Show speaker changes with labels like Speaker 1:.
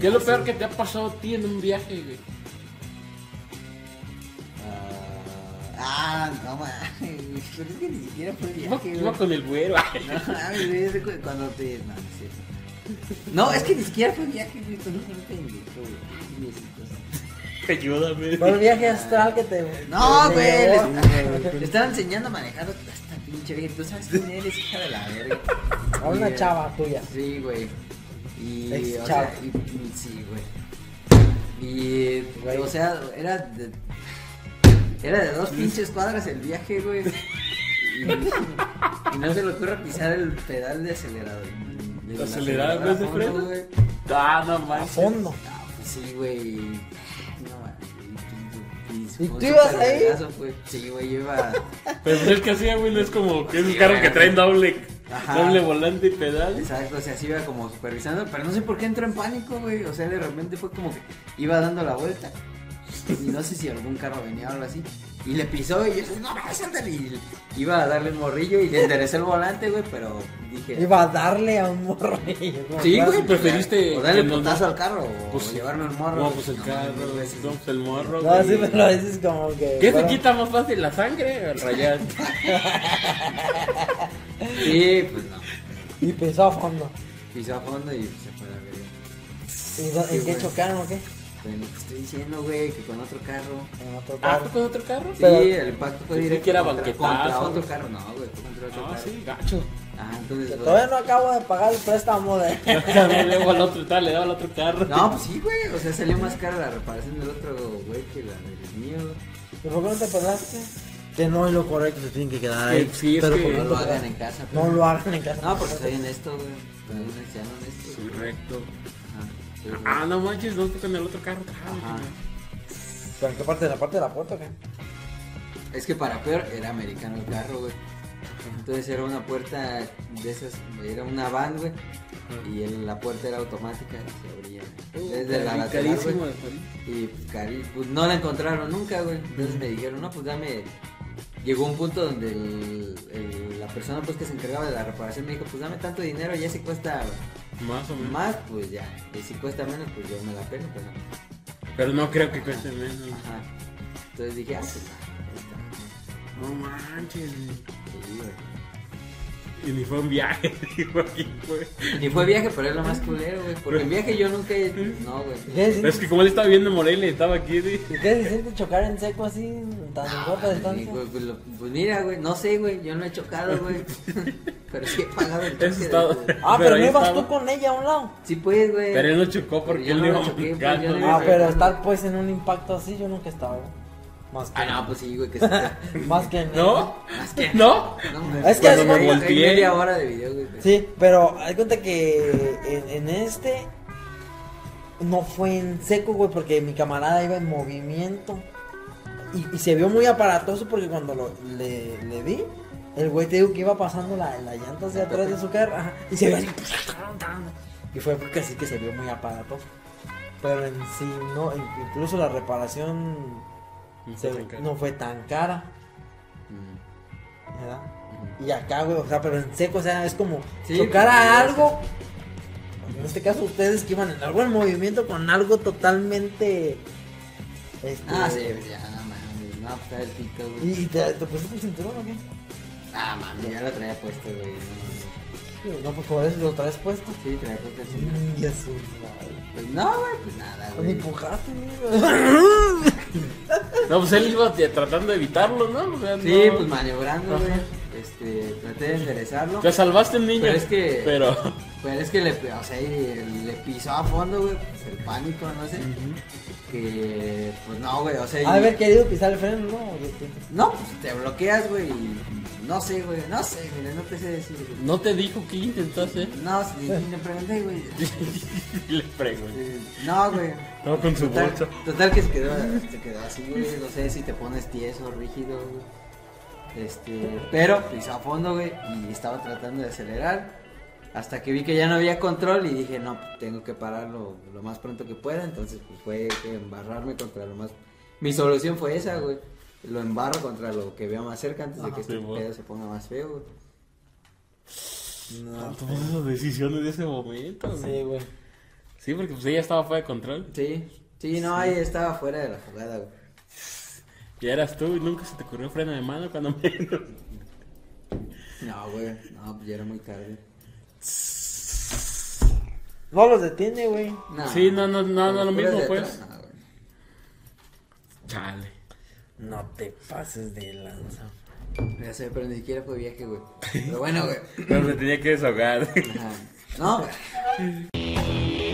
Speaker 1: ¿Qué es lo peor que te ha pasado a ti en un viaje, güey?
Speaker 2: Ah, no mames, pero es que ni siquiera fue
Speaker 1: Iba,
Speaker 2: viaje,
Speaker 1: iba
Speaker 2: güey.
Speaker 1: con el güero.
Speaker 2: No mames, güey, es cu- cuando te. No, no es cierto. No, es que ni siquiera fue viaje, güey, tú no fue pendejo, güey. Diecitos.
Speaker 1: Ayúdame.
Speaker 3: Por un viaje astral que te.
Speaker 2: No,
Speaker 3: te
Speaker 2: güey, le,
Speaker 3: llevó.
Speaker 2: le estaba enseñando a manejar a esta pinche vieja. Tú sabes quién eres, hija de la verga.
Speaker 3: A una chava tuya.
Speaker 2: Sí, güey. Y,
Speaker 3: Ex
Speaker 2: o
Speaker 3: chava.
Speaker 2: sea, y- y- sí, güey. Y,
Speaker 3: Güey.
Speaker 2: o sea, era de, era de dos pinches cuadras el viaje, güey. Y, y no se le ocurre pisar el pedal de acelerador.
Speaker 1: ¿El acelerador no es de
Speaker 2: a fondo,
Speaker 1: freno?
Speaker 2: güey.
Speaker 1: Ah, no
Speaker 3: A
Speaker 1: manches.
Speaker 3: fondo.
Speaker 2: Ah, pues sí, güey. No, mames, fue
Speaker 3: ¿Y tú
Speaker 2: un
Speaker 3: ibas
Speaker 2: súper
Speaker 3: ahí?
Speaker 2: vergazo, güey. Sí, güey, yo iba.
Speaker 1: Pero pues es que hacía, güey, no es como que es un
Speaker 2: Sí,
Speaker 1: carro
Speaker 2: güey.
Speaker 1: que trae doble,
Speaker 2: Ajá.
Speaker 1: doble volante y pedales.
Speaker 2: Exacto, o sea, sí iba como supervisando, pero no sé por qué entró en pánico, güey. O sea, de repente fue como que iba dando la vuelta. Y no sé si algún carro venía o algo así. Y le pisó y yo dije, no, no, ándale. Y iba a darle un morrillo y le enderecé el volante, güey, pero dije. "Pues
Speaker 3: Iba a darle a un morrillo.
Speaker 1: Sí, güey,
Speaker 2: "Dale,
Speaker 1: preferiste
Speaker 2: O darle
Speaker 1: que nos-
Speaker 2: putazo al carro o
Speaker 1: Pues sí.
Speaker 2: llevarme el morro.
Speaker 1: No,
Speaker 2: güey.
Speaker 1: pues el
Speaker 2: No,
Speaker 1: carro,
Speaker 2: no,
Speaker 1: güey,
Speaker 2: güey, sí,
Speaker 1: no, pues el morro.
Speaker 3: No, sí,
Speaker 1: güey.
Speaker 3: pero lo dices como que.
Speaker 1: ¿Qué
Speaker 3: bueno,
Speaker 1: se quita más fácil la sangre? Al rayar.
Speaker 2: sí. Sí, pues no.
Speaker 3: Y pensó a fondo.
Speaker 2: Pisó a fondo y se fue a la verga.
Speaker 3: ¿Y do-
Speaker 2: Sí,
Speaker 3: ¿En qué
Speaker 2: güey.
Speaker 3: chocaron o qué?
Speaker 2: Pues lo que estoy diciendo, güey, que con otro carro.
Speaker 3: En otro
Speaker 1: ¿Ah,
Speaker 3: carro.
Speaker 1: tú con otro carro?
Speaker 2: Sí,
Speaker 3: Pero-
Speaker 2: el impacto fue
Speaker 1: Pensé
Speaker 2: directo.
Speaker 1: que era
Speaker 2: contra-
Speaker 1: banquetazo,
Speaker 2: Contra otro
Speaker 1: güey.
Speaker 2: carro, no, güey, fue contra otro
Speaker 1: No,
Speaker 2: carro.
Speaker 1: sí, gacho.
Speaker 2: Ah, entonces.
Speaker 3: Que
Speaker 2: güey.
Speaker 3: Todavía no acabo de pagar el préstamo de.
Speaker 1: Luego al otro, tal, le daba al otro carro.
Speaker 2: No, pues sí, güey. O sea, salió más cara la reparación del otro güey que la del mío.
Speaker 3: ¿Y por qué no te pelaste? Que no es lo correcto, se tienen que quedar
Speaker 1: ahí. Sí, es Pero que- por
Speaker 2: No
Speaker 1: no
Speaker 2: lo hagan en casa. pues.
Speaker 3: No lo hagan en casa.
Speaker 2: No, porque soy honesto, güey. Soy sean honestos. güey.
Speaker 1: Correcto.
Speaker 2: Ajá. Sí, güey.
Speaker 1: Ah, no manches, no fue con el otro carro. Ah,
Speaker 2: Ajá.
Speaker 3: ¿Pero en qué parte? ¿En la parte de la puerta o qué?
Speaker 2: Es que para peor era americano el carro, güey. Entonces era una puerta de esas, era una van, güey. Y el- la puerta era automática, se abría. Desde Uh, la lateral,
Speaker 1: Carísimo
Speaker 2: güey.
Speaker 1: de París.
Speaker 2: Y pues, cari- pues, no la encontraron nunca, güey. Entonces me dijeron, no, pues dame. Llegó un punto donde el- el- la persona pues que se encargaba de la reparación me dijo, pues dame tanto dinero, ya si cuesta
Speaker 1: Más o menos.
Speaker 2: más, pues ya. Y si cuesta menos, pues yo me la pelo, pero.
Speaker 1: Pero no creo que cueste menos.
Speaker 2: Ajá. Entonces dije, ah, pues está.
Speaker 1: No manches. güey.
Speaker 2: Sí, güey.
Speaker 1: Y ni fue un viaje, digo, aquí fue.
Speaker 2: Ni fue viaje, pero es lo más culero, güey. Porque en viaje yo nunca. he- pues, No, güey.
Speaker 3: ¿Y qué se
Speaker 1: Pero es
Speaker 3: siente-
Speaker 1: que como él estaba viendo Morelia y estaba aquí, güey.
Speaker 3: y qué se siente chocar en seco así, tan en corta
Speaker 2: Sí,
Speaker 3: distancia?
Speaker 2: güey, pues, lo- pues mira, güey, no sé, güey, yo no he chocado, güey. pero sí he pagado el
Speaker 1: Eso
Speaker 2: choque de-
Speaker 1: estaba-
Speaker 3: Ah,
Speaker 1: Pero
Speaker 3: pero,
Speaker 1: ahí
Speaker 3: no ibas
Speaker 1: estaba.
Speaker 3: tú con ella a un lado.
Speaker 2: Sí, pues, güey.
Speaker 1: Pero él no chocó porque
Speaker 2: Yo
Speaker 1: él no
Speaker 2: no
Speaker 1: iba
Speaker 2: lo choqué, pues,
Speaker 1: manejando,
Speaker 2: yo no
Speaker 1: güey.
Speaker 2: iba
Speaker 3: Ah, pero
Speaker 2: manejando.
Speaker 3: estar pues en un impacto así, yo nunca estaba. Más que.
Speaker 2: Ah, no, pues sí, güey, que sí. que-
Speaker 3: Más que en
Speaker 1: ¿No?
Speaker 2: Más que-
Speaker 1: ¿No?
Speaker 2: No, mames.
Speaker 3: Es que
Speaker 2: Cuando
Speaker 3: es
Speaker 2: me
Speaker 3: como-
Speaker 2: volteé. Hay media hora de video, güey.
Speaker 3: Sí, pero hay cuenta que en, en este no fue en seco, güey, porque mi camarada iba en movimiento. Y, y se vio muy aparatoso porque cuando lo, le, le vi, el güey te digo que iba pasando la, la llanta hacia atrás de su carro. ajá, y se vio así. Y fue porque así que se vio muy aparatoso. Pero en sí, no, in- incluso la reparación
Speaker 1: No
Speaker 3: se-
Speaker 1: fue tan cara.
Speaker 3: no fue tan cara.
Speaker 2: Mm.
Speaker 3: ¿verdad? Y acá, güey, o sea, pero en seco, o sea, es como
Speaker 2: Sí,
Speaker 3: tocar a
Speaker 2: porque-
Speaker 3: algo. En este caso, ustedes que iban en algo en movimiento con algo totalmente. Este,
Speaker 2: Ah, sí, güey, ya, no mames. No, pues está el pito, güey.
Speaker 3: ¿Y te, te pusiste el cinturón o qué?
Speaker 2: Ah, mames, ya lo traía puesto, güey. no mames.
Speaker 3: No, pues por eso lo traes puesto.
Speaker 2: Sí, traía puesto el cinturón.
Speaker 3: Mm, Jesús, madre.
Speaker 2: Pues no, güey, pues nada,
Speaker 3: Ni
Speaker 2: güey.
Speaker 3: empujaste, güey.
Speaker 1: No, pues él iba de- tratando de evitarlo, ¿no? O sea,
Speaker 2: Sí,
Speaker 1: no.
Speaker 2: pues maniobrando, güey. Este, traté de enderezarlo.
Speaker 1: Te salvaste, niño.
Speaker 2: Pero es que-
Speaker 1: Pero.
Speaker 2: Pero es que le, o sea, y le pisó a fondo, güey. Pues el pánico, no sé. Que, pues no, güey, o sea.
Speaker 3: A
Speaker 2: y-
Speaker 3: ver, querido pisar el freno, ¿no? ¿O qué?
Speaker 2: No, pues te bloqueas, güey. y No sé, güey. No sé, güey. No te sé decir, güey.
Speaker 1: No te dijo qué intentó hacer.
Speaker 2: No, si le pregunté, güey.
Speaker 1: Y le pregunté.
Speaker 2: Eh, No, güey.
Speaker 1: No, con su bolsa.
Speaker 2: Total, total que se quedó, se quedó así, güey. No sé si te pones tieso, rígido, güey. Este, pero pisó a fondo, güey. Y estaba tratando de acelerar. Hasta que vi que ya no había control y dije, no, tengo que pararlo lo más pronto que pueda. Entonces, pues fue que embarrarme contra lo más. Mi solución fue esa, güey. Lo embarro contra lo que veo más cerca antes de que
Speaker 1: Ajá.
Speaker 2: este
Speaker 1: Sí, güey.
Speaker 2: pedo se ponga más feo, güey.
Speaker 1: No, tomamos las decisiones de ese momento. güey.
Speaker 3: Sí, güey.
Speaker 1: Sí, porque pues ella estaba fuera de control.
Speaker 2: Sí, sí, no, ahí estaba fuera de la jugada, güey.
Speaker 1: Ya eras tú y nunca se te ocurrió freno de mano cuando menos.
Speaker 2: No, güey, no, pues ya era muy tarde.
Speaker 3: No los detiene, güey.
Speaker 2: No.
Speaker 1: Sí, no, no, no, no, lo
Speaker 2: Fuera
Speaker 1: mismo,
Speaker 2: de
Speaker 1: pues.
Speaker 2: atrás, no, güey.
Speaker 1: Chale.
Speaker 3: No te pases de lanza.
Speaker 2: Ya sé, pero ni siquiera fue viaje, güey. Pero bueno, güey.
Speaker 1: Pero me tenía que desahogar.
Speaker 2: Ajá. No, güey.